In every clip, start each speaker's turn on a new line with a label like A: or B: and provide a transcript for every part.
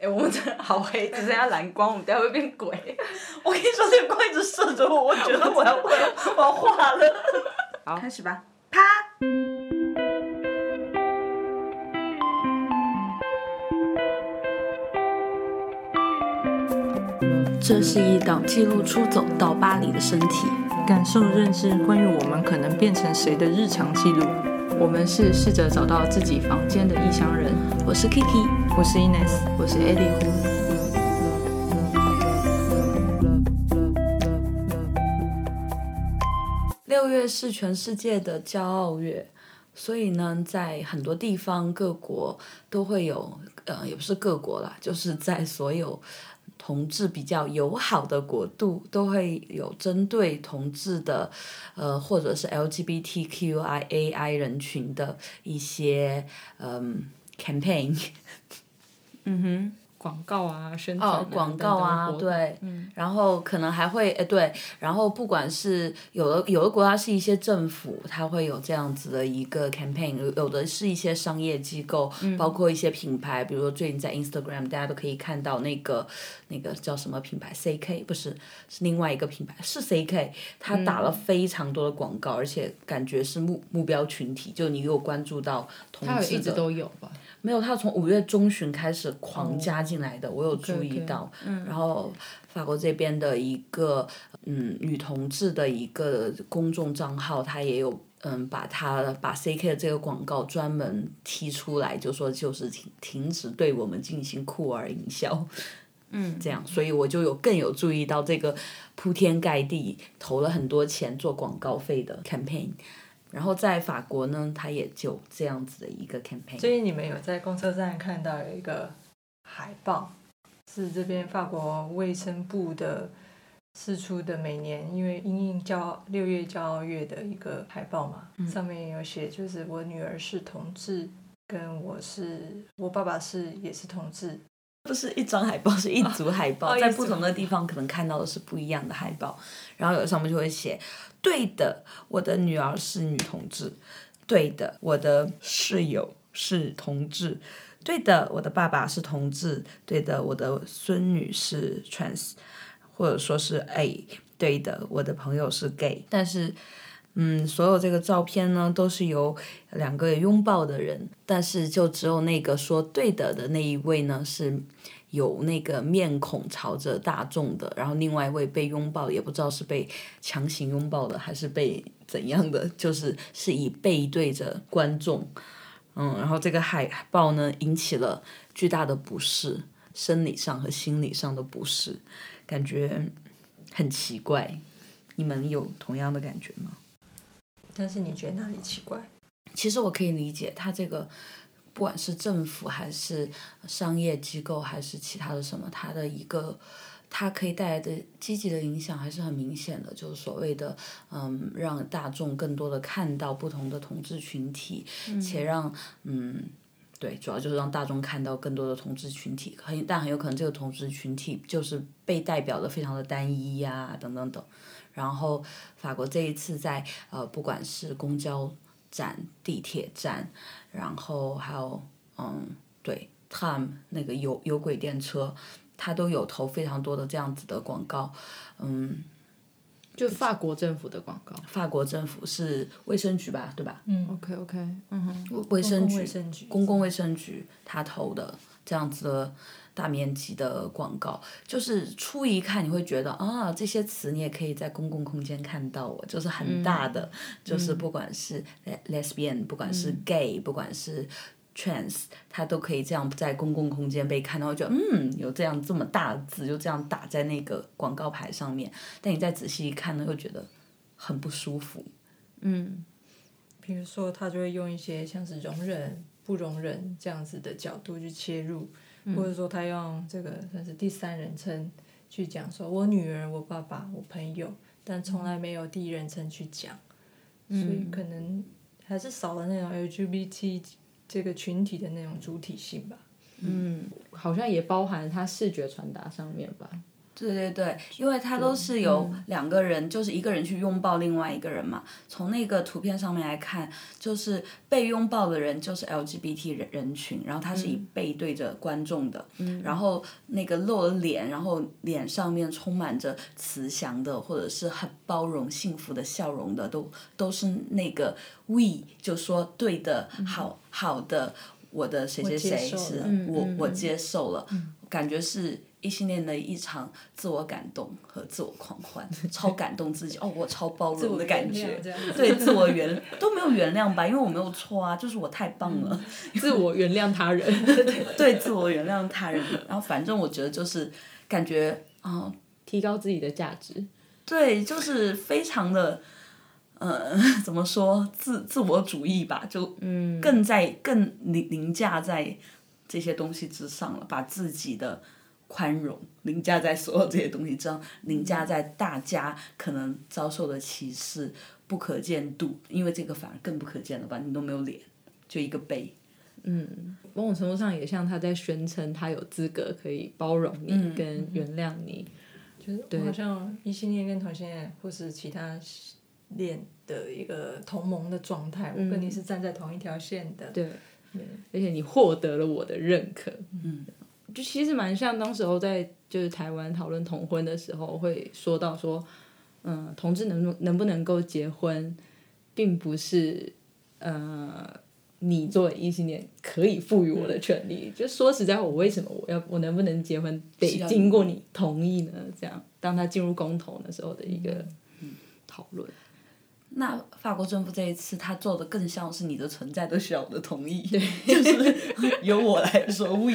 A: 哎、我们真的好黑，只剩下蓝光，我们等下会变鬼。
B: 我跟你说，这个光一直射着我，我觉得我要我要我要化了。
A: 好
B: 开始吧。
C: 这是一档记录出走到巴黎的身体。
D: 感受、认知关于我们可能变成谁的日常记录。我们是试着找到自己房间的异乡人。
C: 我是 Kiki，
D: 我是 Ines，
C: 我是 Ellie 胡。六月是全世界的骄傲月，所以呢，在很多地方各国都会有，呃，也不是各国啦，就是在所有同志比较友好的国度，都会有针对同志的，呃，或者是 LGBTQIAI 人群的一些，嗯、campaign
D: 广告啊，宣传、
C: 哦，广告啊，
D: 等等活动，嗯
C: 对，然后可能还会，哎，对，然后不管是有的有的国家是一些政府，它会有这样子的一个 campaign，有有的是一些商业机构，
D: 嗯
C: 包括一些品牌，比如说最近在 Instagram 大家都可以看到那个那个叫什么品牌 CK，不是是另外一个品牌是 CK，它
D: 嗯
C: 打了非常多的广告，而且感觉是目目标群体，就你有关注到同
D: 它有
C: 志
D: 一直
C: 的。
D: 都有吧？
C: 没有，他从五月中旬开始狂加进来的，我有注意到。然后法国这边的一个嗯女同志的一个公众账号，他也有嗯把他把 CK 的这个广告专门踢出来，就说就是停停止对我们进行酷儿营销。嗯，这样，所以我就有更有注意到这个铺天盖地投了很多钱做广告费的 campaign，然后在法国呢，他也就这样子的一个 campaign。
B: 所以你们有在公车站看到有一个海报，是这边法国卫生部的释出的每年因为因应骄六月骄傲月的一个海报嘛，
D: 嗯
B: 上面有写就是我女儿是同志，跟我是我爸爸是也是同志，
C: 不是一张海报， 是一组海报，
B: 哦一组
C: 在不同的地方可能看到的是不一样的海报。然后有的上面就会写：“对的，我的女儿是女同志；对的，我的室友是同志；对的，我的爸爸是同志；对的，我的孙女是 trans，或者说是 A；对的，我的朋友是 gay。”但是嗯，所有这个照片呢，都是由两个拥抱的人，但是就只有那个说对的的那一位呢，是有那个面孔朝着大众的，然后另外一位被拥抱，也不知道是被强行拥抱的，还是被怎样的，就是是以背对着观众，嗯，然后这个海报呢，引起了巨大的不适，生理上和心理上的不适，感觉很奇怪。你们有同样的感觉吗？
B: 但是你觉得哪里奇怪？
C: 其实我可以理解他这个，不管是政府还是商业机构还是其他的什么，它的一个它可以带来的积极的影响还是很明显的，就是所谓的嗯，让大众更多的看到不同的同志群体，且
A: 嗯
C: 让嗯。对，主要就是让大众看到更多的同志群体，很但很有可能这个同志群体就是被代表的非常的单一呀、等等等。然后法国这一次在呃，不管是公交站、地铁站，然后还有嗯，对，tram 那个有有轨电车，它都有投非常多的这样子的广告。嗯，
D: 就法国政府的广告。
C: 法国政府是卫生局吧，对吧？
D: OK OK，嗯哼，
C: 卫卫生
B: 公共
C: 局
B: 卫生局，
C: 公共卫生局它投的这样子的大面积的广告，就是初一看你会觉得啊，这些词你也可以在公共空间看到哦，就是很大的，就是不管是 le- lesbian，不管是 gay，、不管是 trans，它都可以这样在公共空间被看到，会觉得嗯，有这样这么大的字就这样打在那个广告牌上面，但你再仔细一看呢，又觉得很不舒服。
B: 比如说，他就会用一些像是容忍、不容忍这样子的角度去切入，或者说他用这个算是第三人称去讲说，我女儿、我爸爸、我朋友，但从来没有第一人称去讲，所以可能还是少了那种 LGBT 这个群体的那种主体性吧。
D: 好像也包含它视觉传达上面吧。
C: 对对对，因为它都是由
B: 嗯
C: 两个人，就是一个人去拥抱另外一个人嘛。从那个图片上面来看，就是被拥抱的人就是 LGBT 人人群，然后他是以
B: 嗯
C: 背对着观众的，然后那个露了脸，然后脸上面充满着慈祥的或者是很包容、幸福的笑容的，都都是那个 we 就说对的，好好的，我的谁谁谁
B: 嗯接受
C: 是
B: 了嗯
C: 我我接受了，感觉是异性恋的一场自我感动和自我狂欢， 超感动自己哦，我超包容的感觉
B: 原谅这样子，
C: 对自我原都没有原谅吧，因为我没有错啊，就是我太棒了，
B: 自我原谅他人，
C: 对自我原谅他人，然后反正我觉得就是感觉啊、哦
A: 提高自己的价值。
C: 对，就是非常的。呃， 怎么说自自我主义吧，就更在、更凌凌驾在这些东西之上了，把自己的宽容凌驾在所有这些东西之上，凌驾在大家可能遭受的歧视、不可见度，因为这个反而更不可见了吧？你都没有脸，就一个背，
A: 某种程度上也像他在宣称他有资格可以包容你跟原谅你，
B: 嗯就是好像异性恋跟同性恋或是其他恋的一个同盟的状态，我跟你是站在同一条线的，
A: 嗯对，而且你获得了我的认可，
C: 嗯，
A: 就其实蛮像当时候在就是台湾讨论同婚的时候会说到说，嗯，同志能不能不能够结婚，并不是呃你作为异性恋可以赋予我的权利。就说实在话，我为什么我要我能不能结婚得
C: 是要
A: 经过你同意呢？这样，当他进入公投的时候的一个嗯讨论。
C: 那法国政府这一次他做的更像是你的存在都需要我的同意， 就是由我来说 we。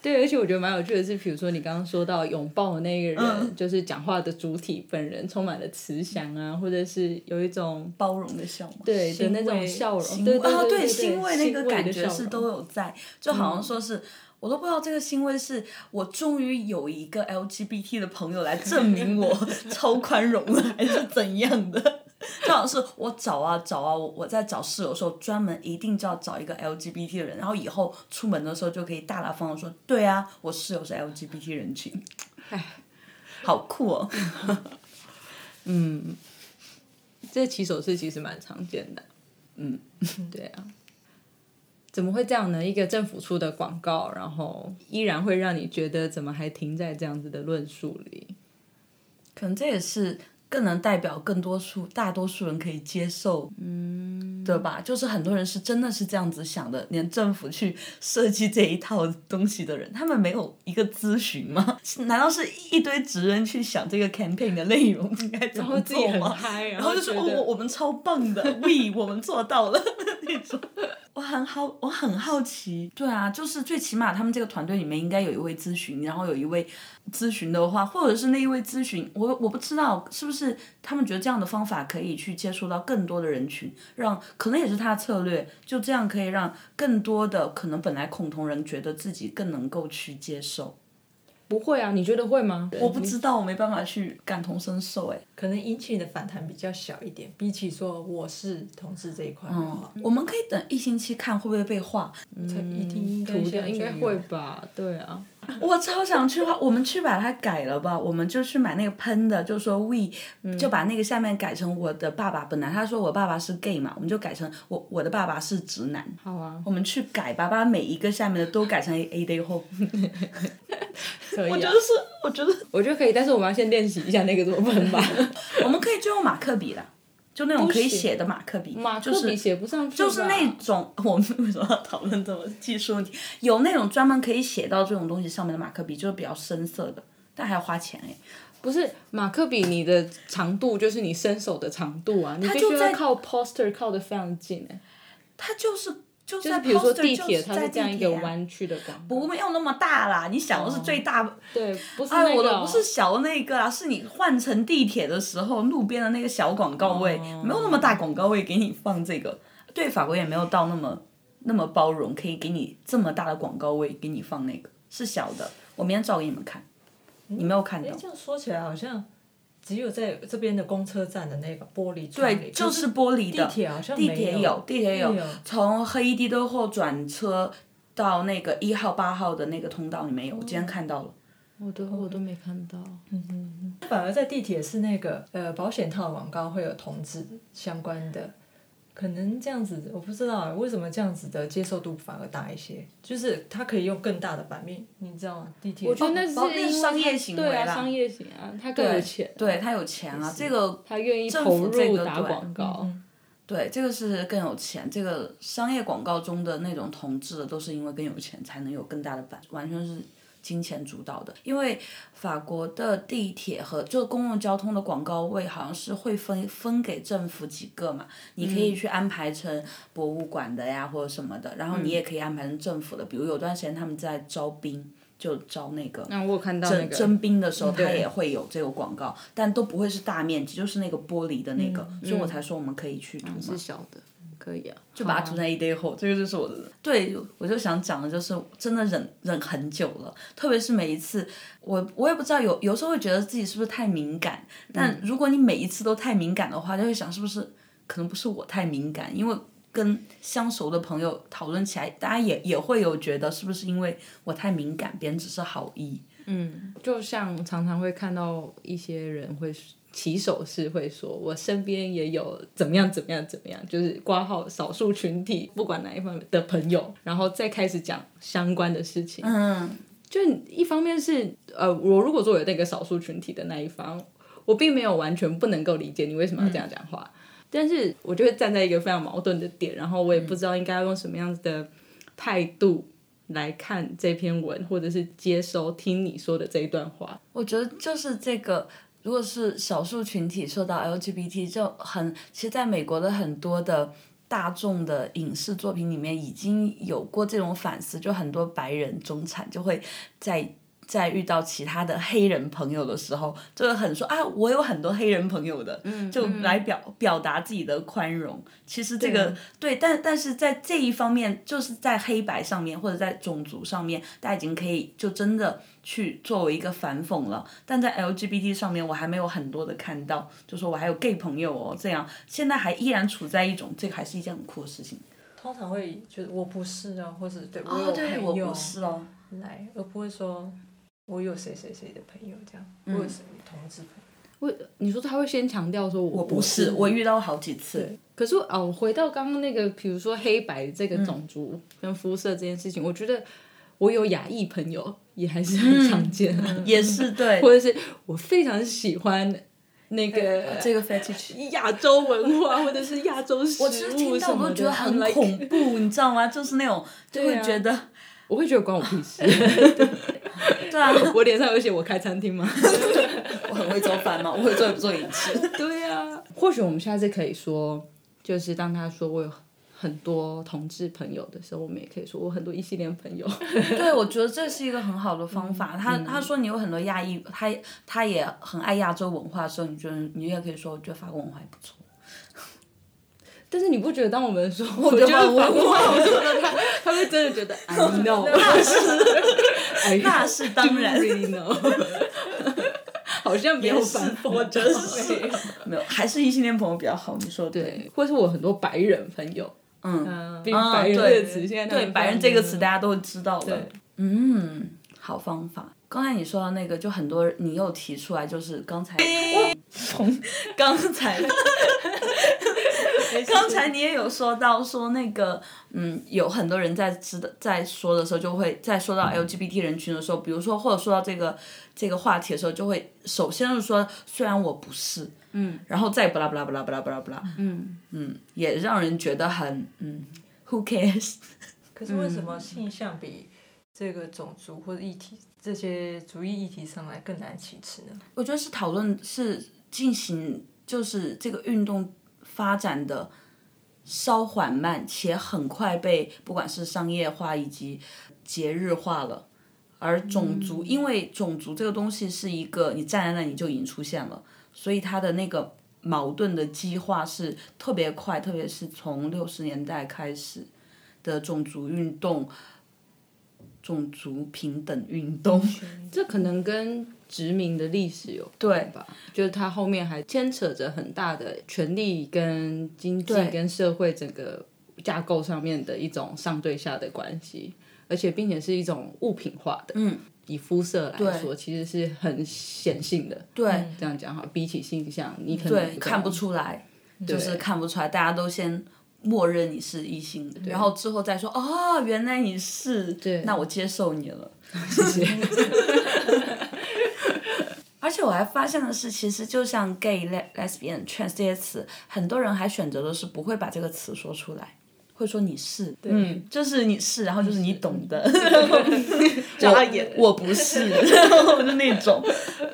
A: 对，而且我觉得蛮有趣的是，比如说你刚刚说到拥抱的那个人，就是讲话的主体本人充满了慈祥啊，或者是有一种
C: 包容的笑嘛。
A: 对的那种
B: 欣慰
A: 笑容，
C: 欣
A: 对
C: 慰
A: 对
C: 啊，
A: 对，
C: 欣慰那个感觉
A: 的笑
C: 是
A: 容嗯
C: 都有在，就好像说是。我都不知道这个欣慰是我终于有一个 LGBT 的朋友来证明我 超宽容了，还是怎样的？ 就好像是我找啊找啊，我我在找室友的时候，专门一定就要找一个 LGBT 的人，然后以后出门的时候就可以大大方方地说，对啊，我室友是 LGBT 人群，好酷哦！
A: 嗯，这起手式其实蛮常见的。
C: 嗯，
A: 对啊。怎么会这样呢？一个政府出的广告，然后依然会让你觉得怎么还停在这样子的论述里？
C: 可能这也是更能代表更多数大多数人可以接受，嗯，对吧？就是很多人是真的是这样子想的，连政府去设计这一套东西的人，他们没有一个咨询吗？ 是难道是一堆职人去想这个 campaign 的内容应该怎
A: 然
C: 么
A: 后自己
C: 做
A: 很
C: 吗？
A: 嗨，
C: 然后就说
A: 觉
C: 哦，
A: 得
C: 我我们超棒的，we 我们做到了 那种。我很好，我很好奇。对啊，就是最起码他们这个团队里面应该有一位咨询，然后有一位咨询的话，或者是那一位咨询，我我不知道是不是他们觉得这样的方法可以去接触到更多的人群，让可能也是他的策略，就这样可以让更多的可能本来恐同人觉得自己更能够去接受。
A: 不会啊，你觉得会吗？
C: 我不知道，我没办法去感同身受、哎。
B: 可能引起的反弹比较小一点，比起说我是同志这一块的
A: 哦
B: 话，
C: 我们可以等一星期看会不会被画，
B: 才一定应该
A: 嗯涂
B: 现
A: 掉
B: 在
A: 应
B: 就
A: 该
B: 有
A: 会吧？对啊，
C: 我超想去画，我们去把它改了吧，我们就去买那个喷的，就说 we，、就把那个下面改成我的爸爸。本来他说我爸爸是 gay 嘛，我们就改成我我的爸爸是直男。
A: 好啊，
C: 我们去改吧，把每一个下面的都改成 A A day home。
A: 可以、啊。
C: 我觉得是，我觉得
A: 我觉得可以，但是我们要先练习一下那个怎么分 吧。
C: 我们可以就用马克笔了，就那种可以
A: 不行
C: 写的马克笔，
A: 马克
C: 就是
A: 笔写不上去吧，
C: 就是那种，我们为什么要讨论这么技术问题？有那种专门可以写到这种东西上面的马克笔，就是比较深色的，但还要花钱哎。
A: 不是马克笔，你的长度就是你伸手的长度啊，你
C: 它
A: 必
C: 就
A: 须
C: 在
A: 要靠 poster 靠的非常近哎、
C: 它就是就是
A: 就是
C: 在
A: 比如说
C: poster，
A: 地
C: 就
A: 铁，
C: 是
A: 它
C: 在
A: 是这样
C: 地
A: 一个
C: 铁啊，
A: 弯曲的广告，
C: 不没有那么大啦。你想的是最大，
A: 对，不是
C: 哎，
A: 那
C: 我
A: 个
C: 的
A: 哦、
C: 不是小那个啊啦，是你换成地铁的时候路边的那个小广告位，没有那么大广告位给你放这个。对，法国也没有到那么那么包容，可以给你这么大的广告位给你放那个，是小的。我明天照给你们看，你没有看到
B: 哎，。这样说起来好像只有在这边的公车站的那个玻璃窗
C: 对，
B: 里，
C: 就
B: 可
C: 是玻璃的。
B: 地铁好像
C: 地
B: 没
C: 铁
B: 有
C: 有，地铁有
B: 没有，
C: 从黑地都后转车到那个一号、八号的那个通道里面有，我今天看到了。
A: 我
B: 哦
A: 都我都没看到。
B: 嗯反而在地铁是那个呃保险套的广告会有同志相关的，可能这样子我不知道啊为什么这样子的接受度反而大一些，就是它可以用更大的版面，你知道吗？地铁
A: 我觉得那
C: 哦
A: 是
C: 那
A: 因
C: 是
A: 为
C: 商业
A: 他
C: 行
A: 对
C: 为
A: 啊，
C: 啦
A: 商业型啊，他更有钱，
C: 对他有钱啊，这个
A: 他愿意
C: 政
A: 投
C: 府这
A: 入
C: 个
A: 打
C: 对
A: 广告。
C: 对这个是更有钱，这个商业广告中的那种同志的，都是因为更有钱才能有更大的版，完全是金钱主导的。因为法国的地铁和就公共交通的广告位好像是会分分给政府几个嘛，你可
A: 嗯
C: 以去安排成博物馆的呀或者什么的，然后
A: 嗯
C: 你也可以安排成政府的。比如有段时间他们在招兵，就招那
B: 嗯
C: 个。
A: 那我有看到那个嗯
C: 征兵的时候，它也会有这个广告，但都不会是大面积，就是那个玻璃的那个，
A: 嗯
C: 所以我才说我们可以去涂嘛。
A: 是小的，可以啊，
C: 就把它涂在一堆后，这个就是我的。哦对，我就想讲的就是，真的忍忍很久了，特别是每一次，我我也不知道有有时候会觉得自己是不是太敏感，但如果你每一次都太敏感的话，就会想是不是可能不是我太敏感，因为跟相熟的朋友讨论起来，大家也也会有觉得是不是因为我太敏感，别人只是好意。
A: 嗯，就像常常会看到一些人会起手是会说，我身边也有怎么样怎么样怎么样，就是挂号少数群体，不管哪一方面的朋友，然后再开始讲相关的事情。
C: 嗯，
A: 就一方面是呃，我如果作为那个少数群体的那一方，我并没有完全不能够理解你为什么要这样讲话，但是我就会站在一个非常矛盾的点，然后我也不知道应该要用什么样子的态度来看这篇文，或者是接收听你说的这一段话。
C: 我觉得就是这个，如果是少数群体受到 LGBT 就很，其实在美国的很多的大众的影视作品里面已经有过这种反思，就很多白人中产就会在。在遇到其他的黑人朋友的时候，就会很说啊，我有很多黑人朋友的，就来表表达自己的宽容。其实这个嗯对，啊但但是在这一方面，就是在黑白上面或者在种族上面，大家已经可以就真的去作为一个反讽了。但在 LGBT 上面，我还没有很多的看到，就说我还有 gay 朋友哦，这样现在还依然处在一种这个还是一件很酷的事情。
B: 通常会就是我不是啊，或是对我
C: 哦，
B: 有
C: 对，
B: 朋
C: 我
B: 友
C: 不是哦，
B: 来，而不会说我有谁谁谁的朋友这样，
C: 嗯
B: 我有谁同志朋友。
A: 我你说他会先强调说我
C: 我不是，我遇到好几次。
A: 可是哦，回到刚刚那个，比如说黑白这个种族
C: 嗯
A: 跟肤色这件事情，我觉得我有亚裔朋友也还是很常见啊。
C: 嗯 也是对
A: 或者是我非常喜欢那个
C: 这个 fetish，
A: 亚洲文化，或者是亚洲食
C: 我其实
A: 物
C: 听到
A: 什
C: 我
A: 么
C: 都觉
A: 的，
C: 得很
A: like，
C: 恐怖，你知道吗？就是那 种就
A: 对
C: 会
A: 啊
C: 觉得，
A: 我会觉得关我屁 事。
C: 对啊，
A: 我脸上有写我开餐厅吗？
C: 我很会做饭吗？我会做做饮食。
A: 对啊，或许我们下次可以说，就是当他说我有很多同志朋友的时候，我们也可以说我很多异性恋朋友。
C: 对，我觉得这是一个很好的方法。他他说你有很多亚裔，他他也很爱亚洲文化的时候，你觉得你也可以说，我觉得法国文化还不 错。
A: 但是你不觉得，当我们说我
C: 觉
A: 觉
C: 得
A: 得
C: 很
A: 反啊
C: 文
A: 话，我说的他， 他会真的觉得 I know，I
C: 那是当 然
A: don't really know，好像没有反讽，
C: 我真是 没有，还是异性恋朋友比较好。你说的对，
A: 对，或是我很多白人朋友，
C: 嗯，
A: 并
C: 啊
A: 白人
C: 对
A: 这个词现在
C: 对
A: 那么
C: 白人
A: 泛
C: 这个
A: 用
C: 词大家都知道的。嗯，好方法。刚才你说的那个，就很多人你有提出来，就是刚 才从 刚才刚才你也有说到说那个，嗯，有很多人在知道在说的时候，就会在说到 LGBT 人群的时候，比如说或者说到这个这个话题的时候，就会首先是说，虽然我不是，嗯，然后再不啦不啦不啦不啦不啦不啦，嗯嗯，也让人觉得很嗯，who cares？
B: 可是为什
A: 嗯
B: 么性向比这个种族或者议题这些族裔议题上来更难启齿呢？
C: 我觉得是讨论是进行就是这个运动发展的稍缓慢且很快被不管是商业化以及节日化了。而种
A: 嗯
C: 族，因为种族这个东西是一个你站在那里就已经出现了，所以它的那个矛盾的激化是特别快，特别是从六十年代开始的种族运动、种族平等运动，
A: 这可能跟殖民的历史有
C: 对，
A: 吧，就是它后面还牵扯着很大的权力跟经济
C: 对
A: 跟社会整个架构上面的一种上对下的关系，而且并且是一种物品化的，嗯，以肤色来
C: 对
A: 说，其实是很显性的。
C: 对，
A: 这样讲哈，比起性向，你可能
C: 对，
A: 比较
C: 看不出来，就是看不出来，大家都先默认你是异性的，然后之后再说哦，原来你是，
A: 对
C: 那我接受你了。
B: 嗯
A: 谢 谢。
C: 而且我还发现的是，其实就像 gay、le- lesbian、trans 这些词，很多人还选择的是不会把这个词说出来，会说你是，嗯，就是你是，然后就是你懂的，然后也我不是， 然后就那种，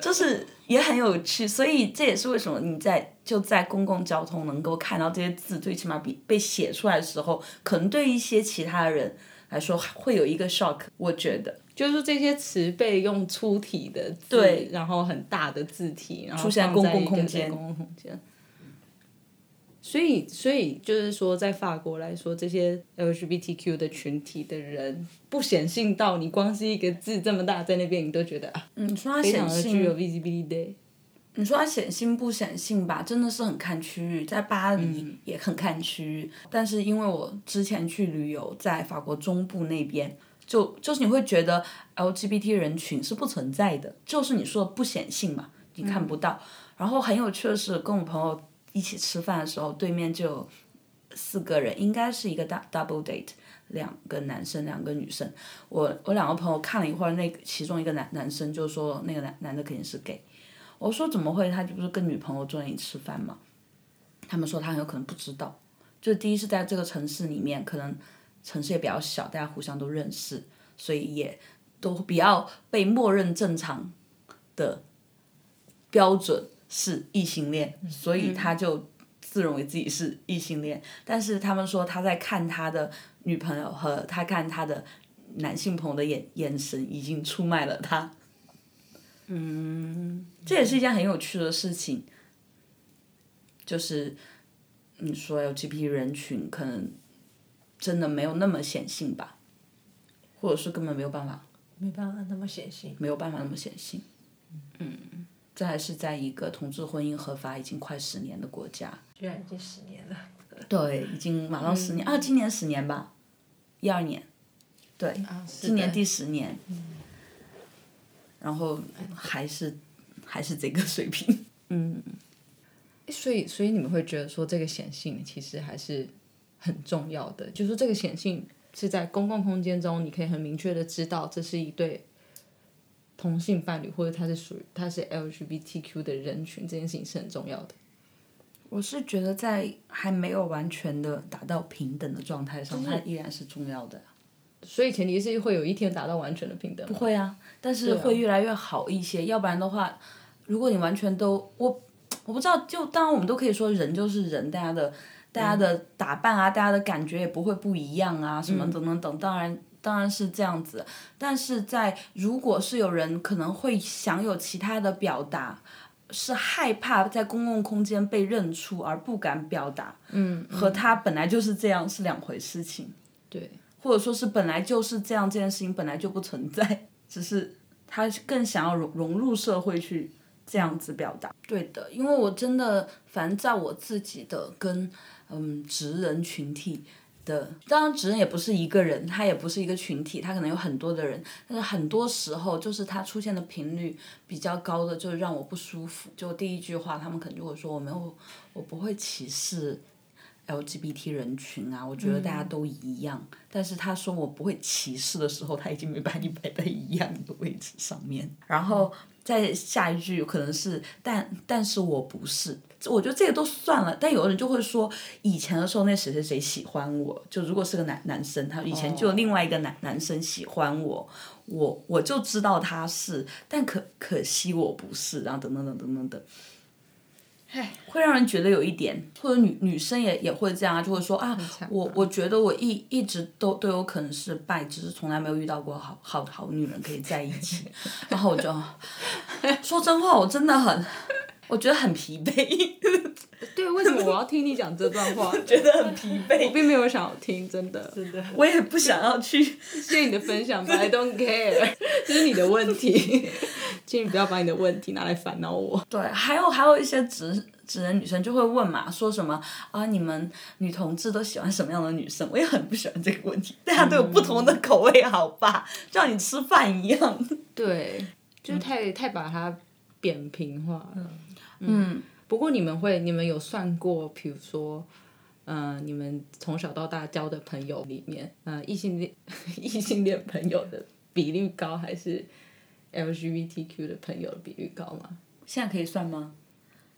C: 就是也很有趣。所以这也是为什么你在就在公共交通能够看到这些字，最起码比被写出来的时候，可能对一些其他人来说会有一个 shock，我觉得。
A: 就是说这些词被用粗体的字，
C: 对
A: 然后很大的字体，然后
C: 出现在
A: 放在
C: 公共
A: 一个
C: 空间
A: 公共空间。所以，所以就是说，在法国来说，这些 LGBTQ 的群体的人不显性到你光是一个字这么大在那边，你都觉得啊，
C: 嗯，说它
A: 非常
C: 显
A: 的
C: 性
A: 具有 visibility。
C: 你说它显性不显性吧，真的是很看区域，在巴黎也很看区域。但是因为我之前去旅游，在法国中部那边，就就是你会觉得 LGBT 人群是不存在的，就是你说的不显性嘛，你看不到。然后很有趣的是，跟我朋友一起吃饭的时候，对面就有四个人，应该是一个大 double date，两个男生，两个女生。我我两个朋友看了一会儿，那个其中一个男男生就说那个男男的肯定是 gay。我说怎么会？他就不是跟女朋友坐在一起吃饭吗？他们说他很有可能不知道，就第一是在这个城市里面，可能城市也比较小，大家互相都认识，所以也都比较被默认正常的标准是异性恋，所以他就自认为自己是异性恋。但是他们说他在看他的女朋友和他看他的男性朋友的眼眼神已经出卖了他。这也是一件很有趣的事情，就是你说 LGBT 人群可能真的没有那么显性吧，或者是根本没有办法，
B: 没办法那么显性。
C: 没有办法那么显性。嗯，这还是在一个同志婚姻合法已经快十年的国家，
B: 居然已经十年了，嗯
C: 对，已经马上十年、啊，今年十年吧，一二年，对，今年第十年，然后还是还是这个水平。
A: 诶所以，所以你们会觉得说，这个显性其实还是很重要的，就是说这个显性是在公共空间中，你可以很明确的知道这是一对同性伴侣，或者他是属于他是 LGBTQ 的人群，这件事情是很重要的。
C: 我是觉得在还没有完全的达到平等的状态上，它依然是重要的。
A: 所以前提是会有一天达到完全的平等
C: 不。会啊，但是
A: 对啊
C: 会越来越好一些。要不然的话，如果你完全都我我不知道，就当然我们都可以说人就是人，大家的大家的
A: 嗯
C: 打扮啊，大家的感觉也不会不一样啊，什么等等等，当然。当然是这样子，但是在如果是有人可能会想有其他的表达，是害怕在公共空间被认出而不敢表达，嗯，和他本来就是这样是两回事情。
A: 对，
C: 或者说是本来就是这样，这件事情本来就不存在，只是他更想要融融入社会去这样子表达。对的，因为我真的烦躁我自己的跟嗯职人群体。的，当然，职人也不是一个人，他也不是一个群体，他可能有很多的人，但是很多时候就是他出现的频率比较高的，就是让我不舒服。就第一句话，他们可能就会说我没有，我不会歧视 LGBT 人群啊，我觉得大家都一样。但是他说我不会歧视的时候，他已经没把你摆在一样的位置上面。然后再下一句可能是，但但是我不是。这我觉得这个都算了，但有的人就会说，以前的时候那谁谁谁喜欢我，就如果是个男男生，他以前就有另外一个男、男生喜欢我，我我就知道他是，但可可惜我不是，然后等等等等等等。会让人觉得有一点，或者女女生也也会这样啊，就会说啊，我我觉得我一一直都都有可能是拜，只是从来没有遇到过好好好女人可以在一起。 然后我就说真话，我真的很，我觉得很疲惫，
A: 对，为什么我要听你讲这段话？觉
C: 真的很疲
A: 我
C: 惫。
A: 并没有想要听，真的。
B: 真的。
C: 我也不想要去，
A: 谢谢你的分享吧，I don't care，这 是你的 问题，请你不要把你的问题拿来烦恼我。
C: 对，还有还有一些直直人女生就会问嘛，说什么啊，你们女同志都喜欢什么样的女生？我也很不喜欢这个问题，大家都有不同的口味，好吧，就像你吃饭一样。
A: 对，就是太、太把它扁平化了。嗯，不过你们会，你们有算过，比如说，呃，你们从小到大交的朋友里面，呃，异性恋异性恋朋友的比率高还是 LGBTQ 的朋友的比率高吗？
C: 现在可以算吗？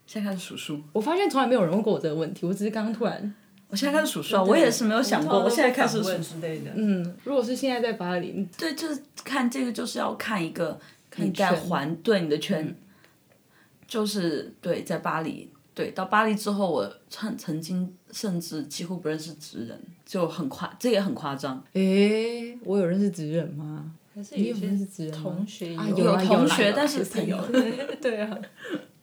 C: 现在开始数数，
A: 我发现从来没有人问过我这个问题，我只是刚刚突然，
C: 我现在开始数数啊，我也是没有想过，我现在开始数
B: 问之类的。
A: 嗯，如果是现在在巴黎，
C: 对，就是看这个，就是要看一个你在
A: 圈
C: 环对你的圈，就是对，在巴黎，对，到巴黎之后，我曾曾经甚至几乎不认识直人，就很夸，这也很夸张。
A: 诶、我有认识直人吗？
B: 还是
A: 你
B: 有
A: 有
B: 一
A: 认识
B: 些
A: 直人吗
B: 同学
A: 啊
C: 有
A: 有啊
C: 同
A: 啦
C: 学，
A: 有
C: 但
A: 啦
C: 是朋友
B: 对啊，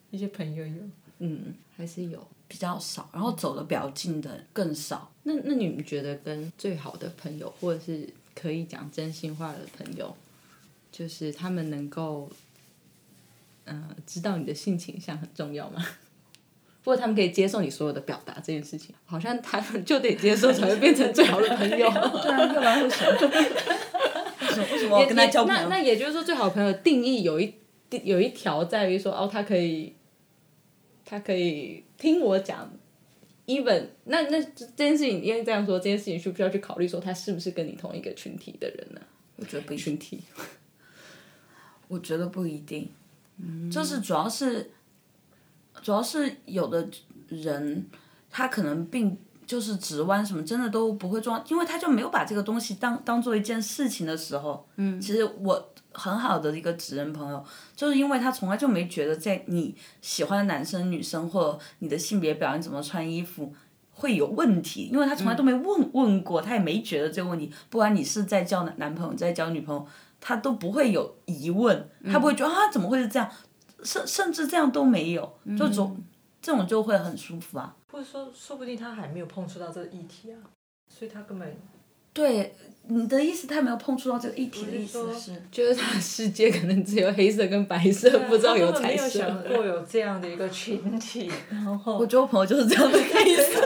B: 一些朋友有。
A: 嗯，还是有。
C: 比较少，然后走的比较近的更 少。
A: 那那你们觉得跟最好的朋友，或者是可以讲真心话的朋友，就是他们能够，呃，知道你的性倾向很重要吗？或者他们可以接受你所有的表达这件事情，好像他们就得接受才会变成最好的朋友。
C: 对啊，要不然为什么？ 为什么？ 为什么
A: 也
C: 我跟他交朋
A: 那
C: 友
A: 那？也就是说，最好的朋友的定义有一有一条在于说，哦，他可以，他可以听我讲。even 那那这件事情，因为这样说，这件事情需不需要去考虑说他是不是跟你同一个群体的人呢、
C: 我觉得不一定
A: 群体，
C: 我觉得不一定，就是主要是，主要是有的人他可能并就是直弯什么真的都不会做，因为他就没有把这个东西当当做一件事情的时候，嗯，其实我很好的一个直人朋友，就是因为他从来就没觉得在你喜欢的男生、女生或你的性别表现怎么穿衣服。会有问题，因为他从来都没问、问过，他也没觉得这个问题。不管你是在交男男朋友，在交女朋友，他都不会有疑问，他不会觉得、啊怎么会是这样，甚甚至这样都没有，就总、这种就会很舒服啊。
B: 或者说，说不定他还没有碰触到这个议题啊，所以他根 本
C: 对，你的意思他没有碰触到这个议题的意
B: 我
C: 思
B: 是
C: 是，
A: 就是他的世界可能只有黑色跟白色，
B: 啊
C: 啊
A: 不知道
B: 有
A: 彩
B: 没有
A: 色。
B: 想过有这样的一个群 体，然后
C: 我觉得我朋友就是这样的意思。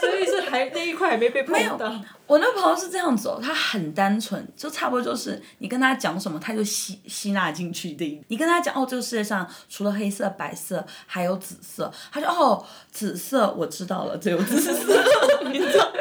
B: 所以是还那一块还没被碰到，
C: 我那朋友是这样子哦，他很单纯，就差不多就是你跟他讲什么，他就吸吸纳进去的一。你跟他讲哦，这个世界上除了黑色、白色，还有紫色，他就哦，紫色我知道了， 只有紫色，你知道。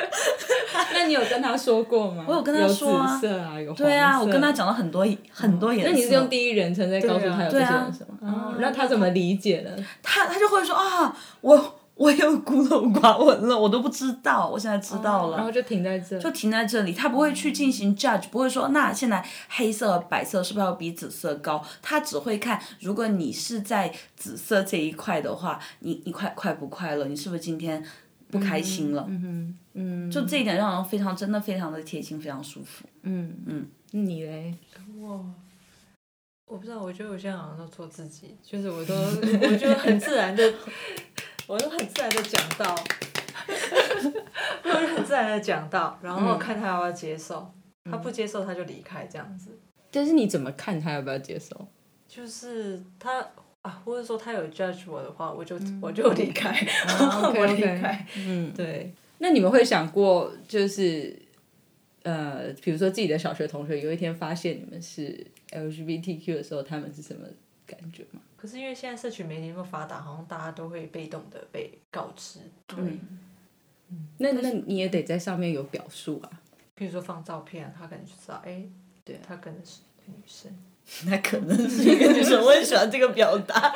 A: 那你有跟他说过吗？我
C: 有跟他说啊
A: 紫色啊，有
C: 对啊，
A: 黄
C: 我
A: 色
C: 跟他讲了很多很多颜色。
A: 那你是用第一人称在告诉他有这
C: 对
A: 些
C: 啊
A: 人什么？哦那他怎么理解呢？
C: 他他就会说啊，我我又孤陋寡闻了，我都不知道，我现在知道了。
A: 哦然后就停在这，
C: 就停在这里，他不会去进行 judge，不会说那现在黑色、白色是不是要比紫色高？他只会看，如果你是在紫色这一块的话，你你快快不快乐？你是不是今天不开心了？
A: 嗯哼嗯，
C: 就这一点让人非常真的非常的贴心，非常舒服。
A: 嗯
C: 嗯，
A: 你嘞？
B: 哇！我不知道，我觉得我现在好像都做自己，就是 我都，我就很 自然的，我都很自然的讲到， 我就很自然的讲到，然后看他要不要接受，他不接受他就离开，这样子，
A: 但是你怎么看他要不要接受？
B: 就是他啊，或者说他有 judge 我的话，我就、我就离开，
A: 嗯啊 OK，OK
B: 我离开，
A: 嗯，
B: 对，
A: 那你们会想过就是，呃，比如说自己的小学同学有一天发现你们是 LGBTQ 的时候，他们是什么感觉吗？
B: 可是因为现在社群媒体那么发达，好像大家都会被动的被告知，对。
A: 那那你也得在上面有表述啊。
B: 譬如说放照片，他可能就知道，哎，
A: 对啊
B: 他可能是一个女 生。
C: 那可能是一个女生，我很喜欢这个表达。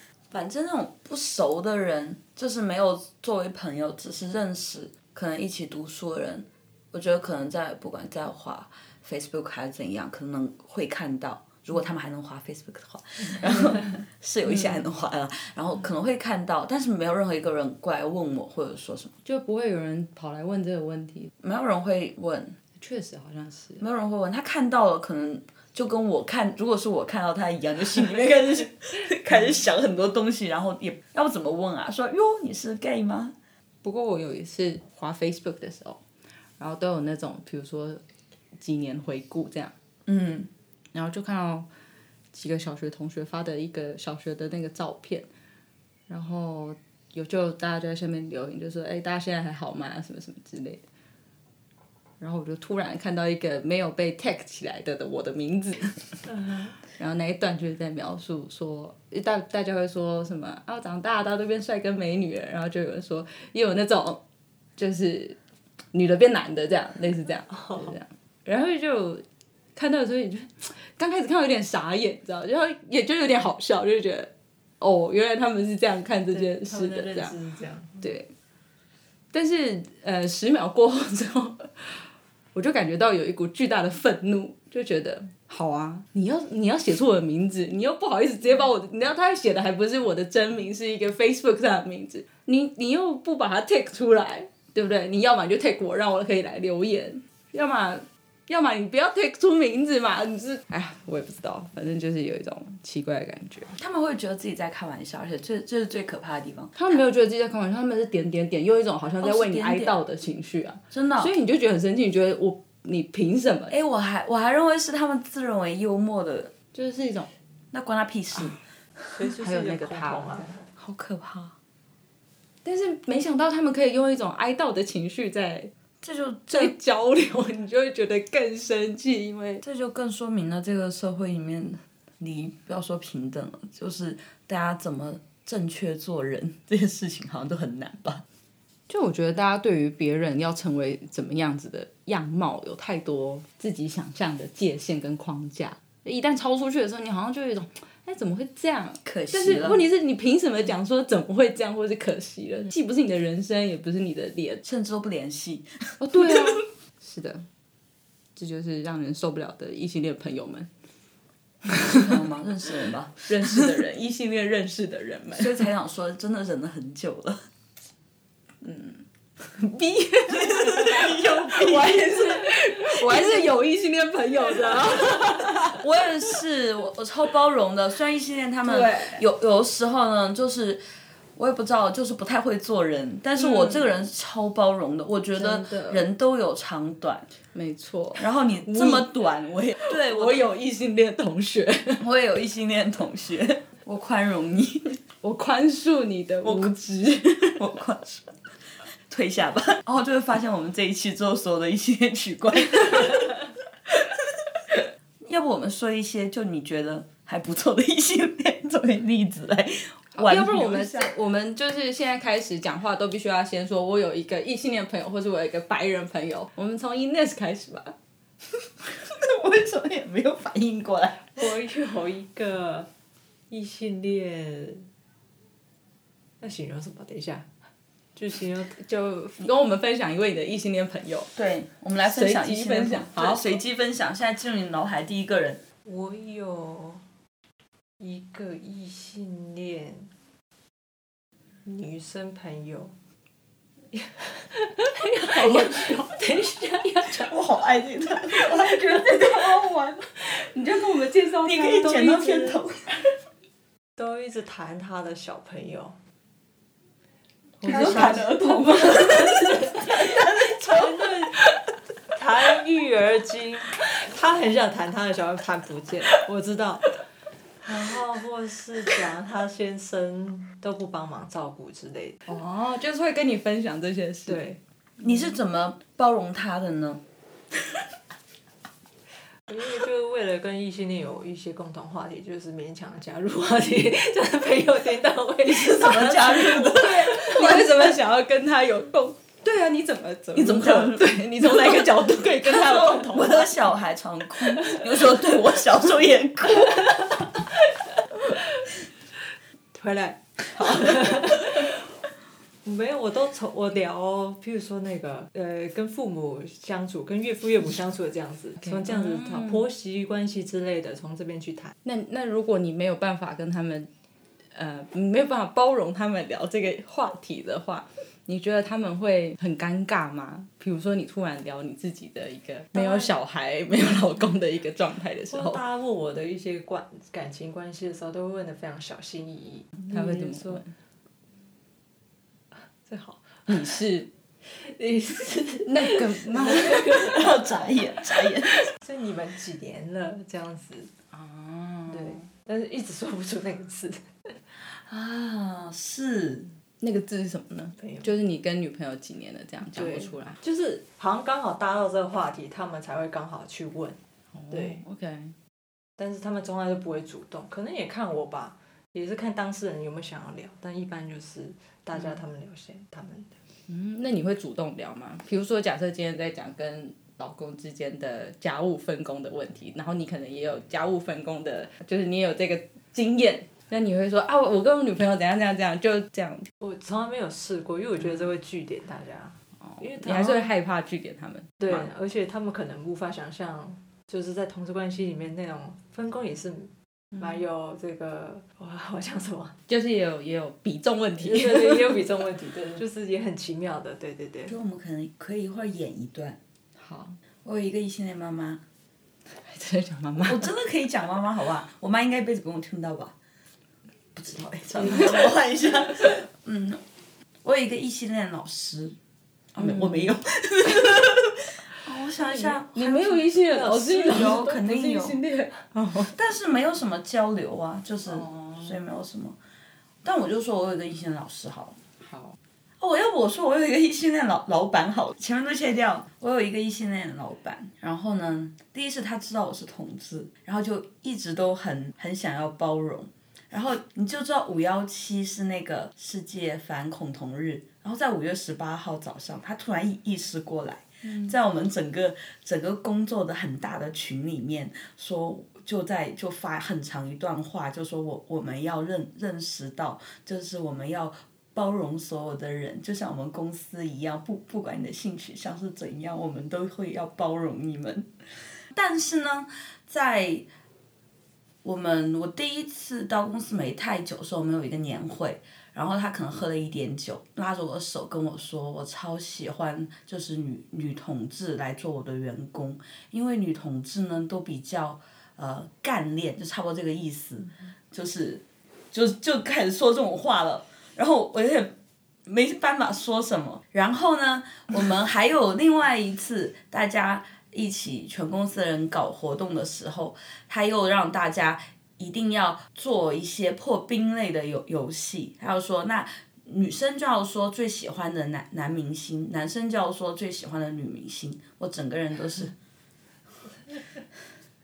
C: 反正那种不熟的人，就是没有作为朋友，只是认识，可能一起读书的人，我觉得可能在不管在滑 Facebook 还是怎样，可能会看到。如果他们还能滑 Facebook 的话，然后是有一些还能滑了，然后可能会看到，但是没有任何一个人过来问我或者说什么，
A: 就不会有人跑来问这个问题，
C: 没有人会问，
A: 确实好像是。
C: 没有人会问他看到了，可能就跟我看，如果是我看到他一样，就心里面开始 开始想很多东西，然后也要不怎么问啊？说哟，你是 gay 吗？
A: 不过我有一次滑 Facebook 的时候，然后都有那种，比如说几年回顾这样，
C: 嗯，
A: 然后就看到几个小学同学发的一个小学的那个照片，然后有就大家就在下面留言，就说：“哎，大家现在还好吗？什么什么之类的。”然后我就突然看到一个没有被 tag 起来的的我的名字，然后那一段就是在描述说，大大家会说什么啊，长大大家都变帅哥美女了，然后就有人说也有那种就是女的变男的这样，类似这样，就是这样。然后就看到的时候，也就刚开始看到有点傻眼，你知道，然后也就有点好笑，就觉得哦，原来他们是这样看这件事的，这样。
B: 是这样，
A: 对，但是呃，十秒过后之后，我就感觉到有一股巨大的愤怒，就觉得好啊，你要你要写错我的名字，你又不好意思直接把我的，你知道他写的还不是我的真名，是一个 Facebook 上的名字，你你又不把它 take 出来，对不对？你要么你就 take 我，让我可以来留言，要么。要么你不要 take 出名字嘛，你是哎呀，我也不知道，反正就是有一种奇怪的感觉。
C: 他们会觉得自己在开玩笑，而且这这是最可怕的地方，
A: 他们没有觉得自己在开玩笑，他们是点点点，又一种好像在为
C: 哦是
A: 你
C: 点
A: 哀
C: 点
A: 悼的情绪啊，
C: 真的。
A: 所以你就觉得很生气，你觉得我你凭什么？
C: 哎，我还我还认为是他们自认为幽默的，
A: 就是一种
C: 那关他屁事，
B: 所以就是
A: 还有那
B: 一
A: 个
B: 恐
A: 他
B: 同啊，
C: 啊好可怕。
A: 但是没想到他们可以用一种哀悼的情绪在
C: 这就
A: 在
C: 这
A: 交流，你就会觉得更生气，因为
C: 这就更说明了这个社会里面，你不要说平等了，就是大家怎么正确做人这件事情好像都很难吧。
A: 就我觉得大家对于别人要成为怎么样子的样貌，有太多自己想象的界限跟框架，一旦超出去的时候，你好像就有一种。哎，怎么会这样？
C: 可惜
A: 但
C: 了
A: 是问题是你凭什么讲说怎么会这样，或是可惜了？既不是你的人生，也不是你的脸，
C: 甚至都不联系。
A: 哦，对啊， 是的，这就是让人受不了的异性恋朋友们，
C: 知道吗？认识人吧，
A: 认识的人，异性恋认识的人 们。
C: 所以才想说，真的忍了很久了。
A: 逼，我还是我还是有异性恋朋友的，
C: 我也是，我我超包容的。虽然异性恋他们
A: 对
C: 有有的时候呢，就是我也不知道，就是不太会做人，但是我这个人是超包容的。我觉得
A: 真的
C: 人都有长短，
A: 没错。
C: 然后你这么短，我也对我
A: 我有异性恋同学，
C: 我也有异性恋同学，我宽容你，
A: 我宽恕你的无知。
C: 我宽恕。退下吧，然后就会发现我们这一期之后所有的一些取关。 要不我们说一些就你觉得还不错的异性恋作为例子来挽
A: 要不然
C: 留
A: 我们
C: 一下
A: 我们就是现在开始讲话都必须要先说，我有一个异性恋朋友，或是我有一个白人朋友。我们从 Ines 开始吧。
C: 为什么也没有反应过来？
B: 我有一个异性恋，那形容什么？等一下，就形容
A: 就跟我们分享一位你的异性恋朋友。
C: 对，我们来分享
A: 随
C: 一
A: 机
C: 些
A: 分享
C: 对
A: 好
C: 随机分享。现在进入你脑海第一个人，
B: 我有一个异性恋女生朋友，
A: 等一下要讲，
C: 我好爱这个，我还觉得这个好好玩，
A: 你就跟我们介绍，
C: 你可以剪到片。头。
B: 都一直谈她的小朋友，
C: 你说砍儿童吗？
B: 谈育儿经，她很想谈她的小朋友，谈不见，我知道。然后或是讲她先生都不帮忙照顾之类 的，
A: 哦，就是会跟你分享这些事。，
B: 对。
C: 你是怎么包容他的呢？
B: 因为就是为了跟异性恋有一些共同话题，就是勉强加入话题， 就是朋友听到会是
C: 怎 么加入 的？
A: 你为什么想要跟他有共？对啊，你怎么怎么
C: 你怎么可能
A: 对你从哪个角度可以跟他有共同？
C: 我的小孩常哭，你就说对我小时候 也哭。
B: 回 来。没有，我都从我聊、哦，譬如说那个呃，跟父母相处，跟岳父岳母相处的这样子，从这样子讨婆媳关系之类的，从这边去谈。
A: 那那如果你没有办法跟他们，呃，你没有办法包容他们聊这个话题的话，你觉得他们会很尴尬吗？比如说你突然聊你自己的一个没有小孩、没有老公的一个状态的时
B: 然
A: 候
B: 后，大家问我的一些关感情关系的时候，都会问的非常小心翼翼。
A: 他会怎
B: 就
A: 么
B: 说
A: 问？
B: 最好
A: 你是你是
C: 那个妈，要眨眼眨眼。
B: 所以你们几年了这样子？
A: 啊，
B: 对，但是一直说不出那个字。
C: 啊，是
A: 那个字是什么呢
B: 没有？
A: 就是你跟女朋友几年了，这样讲不
B: 对
A: 出来。
B: 就是好像刚好搭到这个话题，他们才会刚好去问，对
A: 哦，OK，
B: 但是他们从来都不会主动，可能也看我吧，也是看当事人有没有想要聊，但一般就是大家他们聊些他们的。
A: 嗯，那你会主动聊吗？比如说，假设今天在讲跟老公之间的家务分工的问题，然后你可能也有家务分工的，就是你也有这个经验，那你会说啊，我我跟我女朋友怎样怎样怎样，就这样，
B: 我从来没有试过，因为我觉得这会据点大家，因为
A: 你还是会害怕拒绝他们。
B: 对
A: 吗，
B: 而且他们可能无法想象，就是在同事关系里面那种分工也是蛮有这个， 哇，好像什 么，
A: 就是也有也有比重问
B: 对
A: 题。
B: 对 对，也有比重问题，对， 就是也很奇妙的，对对对
C: 我。觉得我们可能可以一会儿演一段。
A: 好，
C: 我有一个异性恋妈妈，
A: 这是讲妈妈
C: 我真的可以讲妈妈好吧？我妈应该一辈子不用听到吧？不知道哎，算 了，我换一下。嗯，我有一个异性恋老师，啊
A: 嗯
C: 没我没 有。哦我想一下，
A: 你没有异性恋老师，
C: 有肯定有
A: 异性恋。
C: 但是没有什么交流啊，就是、所以没有什么。但我就说我有一个异性恋老师好了。哦
A: 好，
C: 我要不我说我有一个异性恋老老板好了，前面都切掉。我有一个异性恋老板，然后呢，第一是他知道我是同志，然后就一直都很很想要包容。然后你就知道五幺七是那个世界反恐同日，然后在五月十八号早上，他突然意意识过来，在我们整个整个工作的很大的群里面说。就在就发很长一段话，就说我我们要认认识到，就是我们要包容所有的人，就像我们公司一样，不不管你的性取向是怎样，我们都会要包容你们。但是呢，在我们我第一次到公司没太久的时候，我们有一个年会，然后他可能喝了一点酒，拉着我的手跟我说，我超喜欢就是女女同志来做我的员工，因为女同志呢都比较呃干练，就差不多这个意思，就是就就开始说这种话了。然后我也没办法说什么。然后呢，我们还有另外一次大家一起全公司的人搞活动的时候，他又让大家一定要做一些破冰类的游游戏，他又说那。女生就要说最喜欢的男男明星，男生就要说最喜欢的女明星。我整个人都是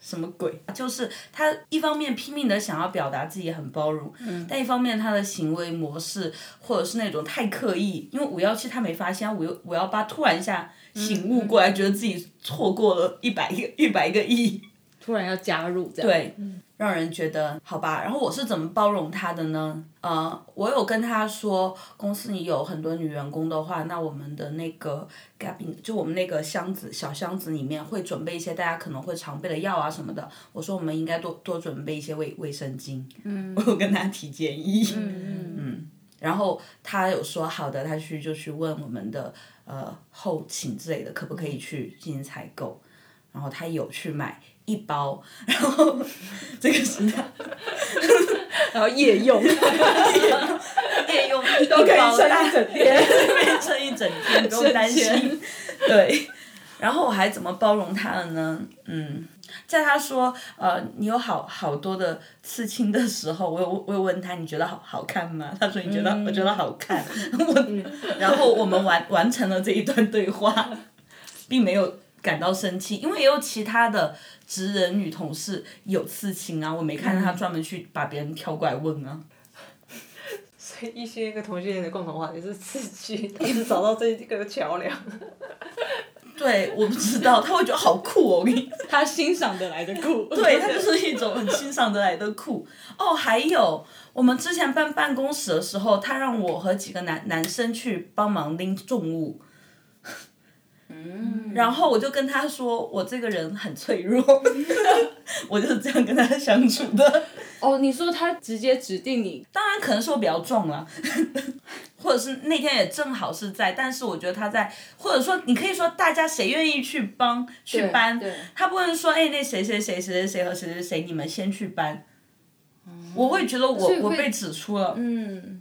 C: 什么鬼？就是他一方面拼命的想要表达自己很包容，但一方面他的行为模式或者是那种太刻意，因为五幺七他没发现，五啊幺五幺八突然一下醒悟过来，觉得自己错过了一百个一百个亿。
A: 突然要加入这样。
C: 对，让人觉得好吧。然后我是怎么包容他的呢？呃，我有跟他说，公司里有很多女员工的话，那我们的那个 g a b i 就我们那个箱子小箱子里面会准备一些大家可能会常备的药啊什么的。我说我们应该多多准备一些卫卫生巾。嗯， 我有跟他提建议。嗯嗯。然后他有说好的，他去就去问我们的呃后勤之类的可不可以去进行采购，然后他有去买一包，然后这个是他
A: 然后夜用，
C: 夜用
A: 都可以撑一整天，
C: 可以撑一整天，不用担心。 对，然后我还怎么包容他了呢？嗯，在他说呃你有好好多的刺青的时候，我有我有问他你觉得好好看吗？他说你觉得、
A: 嗯
C: 我觉得好 看，我然后我们完完成了这一段对话， 并没有。感到生气，因为也有其他的职人女同事有刺青啊，我没看到
A: 嗯
C: 她专门去把别人挑过来问啊。
B: 所以一些跟同性恋的共同话题是刺激，他们找到这一个桥梁。
C: 对，我不知道，他会觉得好酷哦，我跟你
A: 他欣赏得来的酷。
C: 对，它就是一种很欣赏得来的酷。哦，还有我们之前办办公室的时候，他让我和几个男男生去帮忙拎重物。
A: 嗯
C: 然后我就跟他说，我这个人很脆弱， 我就是这样跟他相处的。
A: 哦，你说他直接指定你，
C: 当然，可能是我比较壮啦， 或者是那天也正好是在，但是我觉得他在，或者说你可以说大家谁愿意去帮去搬
A: 对，
C: 他不能说哎那谁谁谁谁谁谁和谁谁谁你们先去搬，我会觉得我
A: 所以会
C: 我被指出了，
A: 嗯，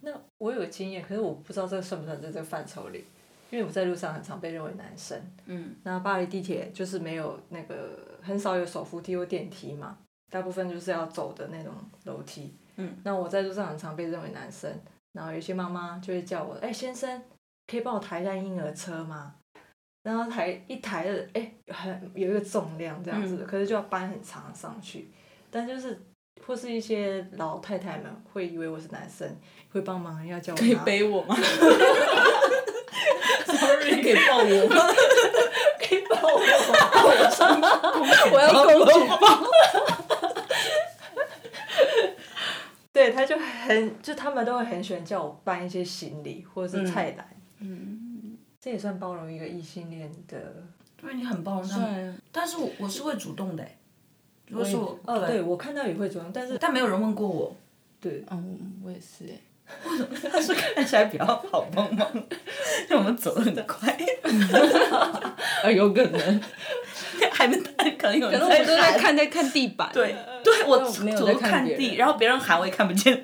B: 那我有个经验，可是我不知道这个算不算在这个范畴里。因为我在路上很常被认为男生。嗯。那巴黎地铁就是没有那个很少有手扶梯或电梯嘛，大部分就是要走的那种楼梯。嗯。那我在路上很常被认为男生，然后有些妈妈就会叫我：“哎、先生，可以帮我抬一下婴儿车吗？”然后抬一抬的，哎、很有一个重量这样子，可是就要搬很长上去。但就是或是一些老太太们会以为我是男生，会帮忙要叫我
A: 可以
B: 拿
A: 背我吗嗯 ？Sorry，可以抱我吗？
B: 可以帮我拿
A: 我要公主抱。
B: 对，他就很就他们都会很喜欢叫我搬一些行李或者是菜篮。嗯，这也算包容一个异性恋的。
C: 对你很包容他们，
A: 对，
C: 但是我我是会主动的欸，如果是我
B: 哦，对，我看到也会主动，但是
C: 但没有人问过我，
B: 对，
A: 嗯，我也是哎。
C: 他是看起来比较好帮忙，因为我们走得很快，
A: 啊，有可能，
C: 还能可能有
A: 可
C: 人
A: 能我们都在
C: 喊
A: 看在看地板。
C: 对对，我
A: 没有
C: 左
A: 在
C: 右
A: 看
C: 看
A: 别
C: 地，
A: 人
C: 然后别人喊我也看不 见。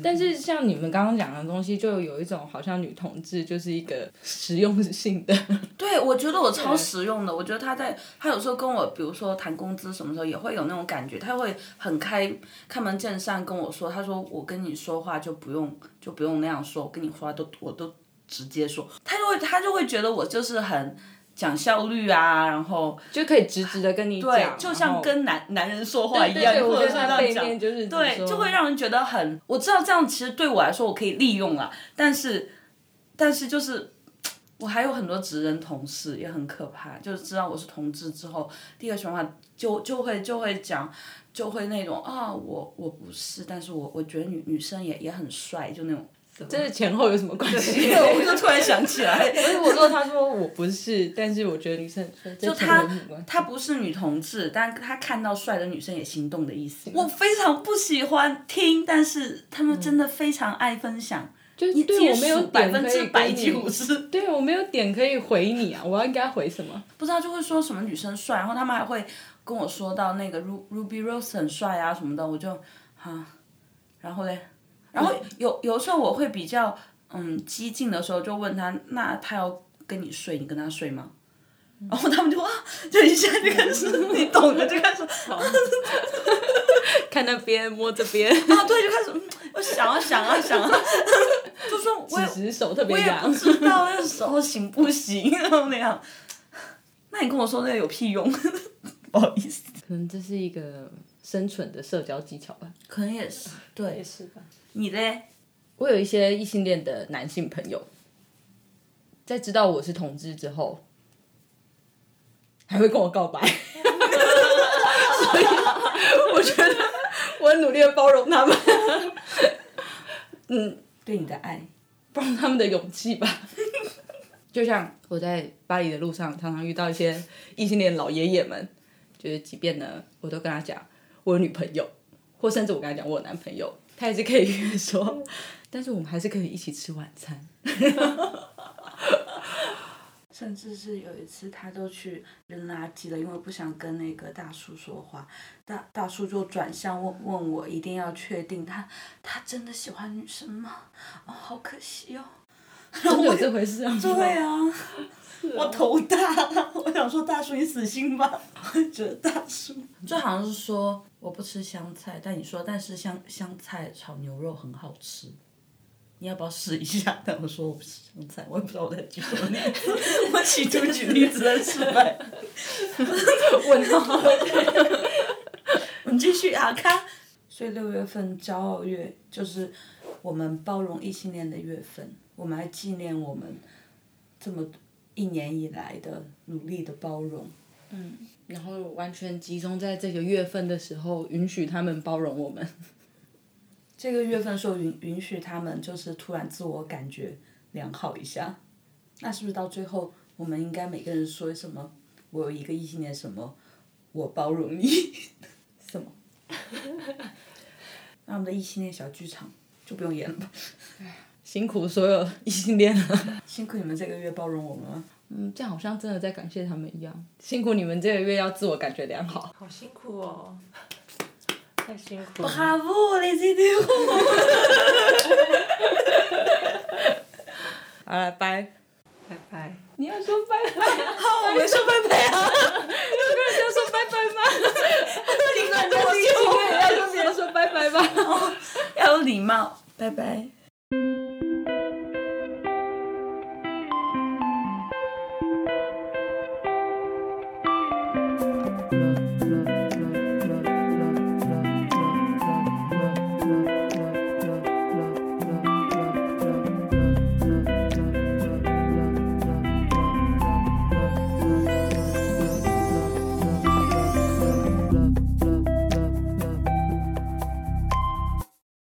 A: 但是像你们刚刚讲的东西，就有一种好像女同志就是一个实用性的，
C: 对，我觉得我超实用的。我觉得他在他有时候跟我，比如说谈工资什么时候，也会有那种感觉，他会很开开门见山跟我说，他说我跟你说话就不用就不用那样说，我跟你说话都我都直接说，他就会他就会觉得我就是很。讲效率啊，然后
A: 就可以直直的跟你
C: 对
A: 讲，，
C: 就
A: 然
C: 像
A: 后
C: 跟男男人说话一
A: 对
C: 样，
A: 对，我
C: 或者
A: 觉
C: 是
A: 得
C: 这
A: 他
C: 样
A: 背
C: 讲
A: 面就是
C: 对，就会让人觉得很，我知道这样其实对我来说我可以利用了，但是，但是就是。我还有很多直人同事也很可怕，就是知道我是同志之后，第一个想法就就会就会讲，就会那种啊，我我不是，但是我我觉得女女生也也很帅，就那种。
A: 这是前后有什么关系？
C: 对，我就突然想起 来，
A: 所以我说，他说我不是，但是我觉得女生就
C: 他他不是女同志，但他看到帅的女生也心动的意思。嗯我非常不喜欢听，但是他们真的非常爱分享。
A: 就是对
C: 接
A: 我没有
C: 数百
A: 点
C: 分
A: 可以
C: 之百
A: 跟
C: 几
A: 你
C: 乎，是，
A: 对我没有点可以回你啊，我要应该回什么？
C: 不知道就会说什么女生帅，然后他们还会跟我说到那个 Ru- Ruby Rose 很帅啊什么的，我就啊，然后嘞，然
A: 嗯
C: 后有有时候我会比较嗯激进的时候，就问他，那他要跟你睡，你跟他睡吗？然后他们就啊，就一下就开始，你懂的，就开始啊
A: 看那边摸这 边，
C: 啊，对，就开始嗯我想啊想啊想啊， 就说我也
A: 只是手特
C: 我
A: 别
C: 也 不
A: 痒。
C: 知道那时候行不行，然后那样。 那你跟我说那个有屁用？不好意思，
A: 可能这是一个生存的社交技巧吧。
C: 可能也是。对
B: 也，是吧。
C: 你嘞？
A: 我有一些异性恋的男性朋友，在知道我是同志之后，还会跟我 告白，所以我觉得我很努力的包容他们，嗯，
C: 对你的爱，
A: 包容他们的勇气吧。 就像我在巴黎的路上，常常遇到一些异性恋老爷爷们，就是即便呢，我都跟他讲我有女朋友，或甚至我跟他讲我有男朋友，他也是可以约说，但是我们还是可以一起吃晚 餐。
C: 甚至是有一次他都去扔垃圾了，因为不想跟那个大叔说话，大大叔就转向问问我，一定要确定他他真的喜欢女生吗？哦，好可惜哦。
A: 真 的有这回事啊？
C: 对啊，我头大了，我想说大叔你死心吧， 我觉得大叔。就好像是说我不吃香菜，但你说但是香香菜炒牛肉很好吃，你要不要试一下？但我说我不吃香菜，我也不知道我在举 什么例子，我企图举例子但失
A: 啊
C: 败。
A: 问号。
C: 我们继续啊，看。所以六月份骄傲月就是我们包容异性恋的月份，我们来纪念我们这么一年以来的努力的包容。
A: 然后完全集中在这个月份的时候，允许他们包容我们。
C: 这个月份说允允许他们就是突然自我感觉良好一下，那是不是到最后我们应该每个人说什么？我有一个异性恋什么，我包容你， 什么？ 那我们的异性恋小剧场就不用演了吧？
A: 辛苦所有异性恋了。
C: 辛苦你们这个月包容我们了。
A: 嗯，这样好像真的在感谢他们一样，辛苦你们这个月要自我感觉良好。
B: 好辛苦哦， 太辛苦了。
A: 啊
C: Bravo les idiots！
A: 好了，拜。
B: 拜拜。
C: 你要说拜拜，
A: 我们说拜拜啊，
C: 要说拜拜吗？
A: 你管着我
C: 对，要跟别人说拜拜吧。
A: 要有礼貌，拜拜。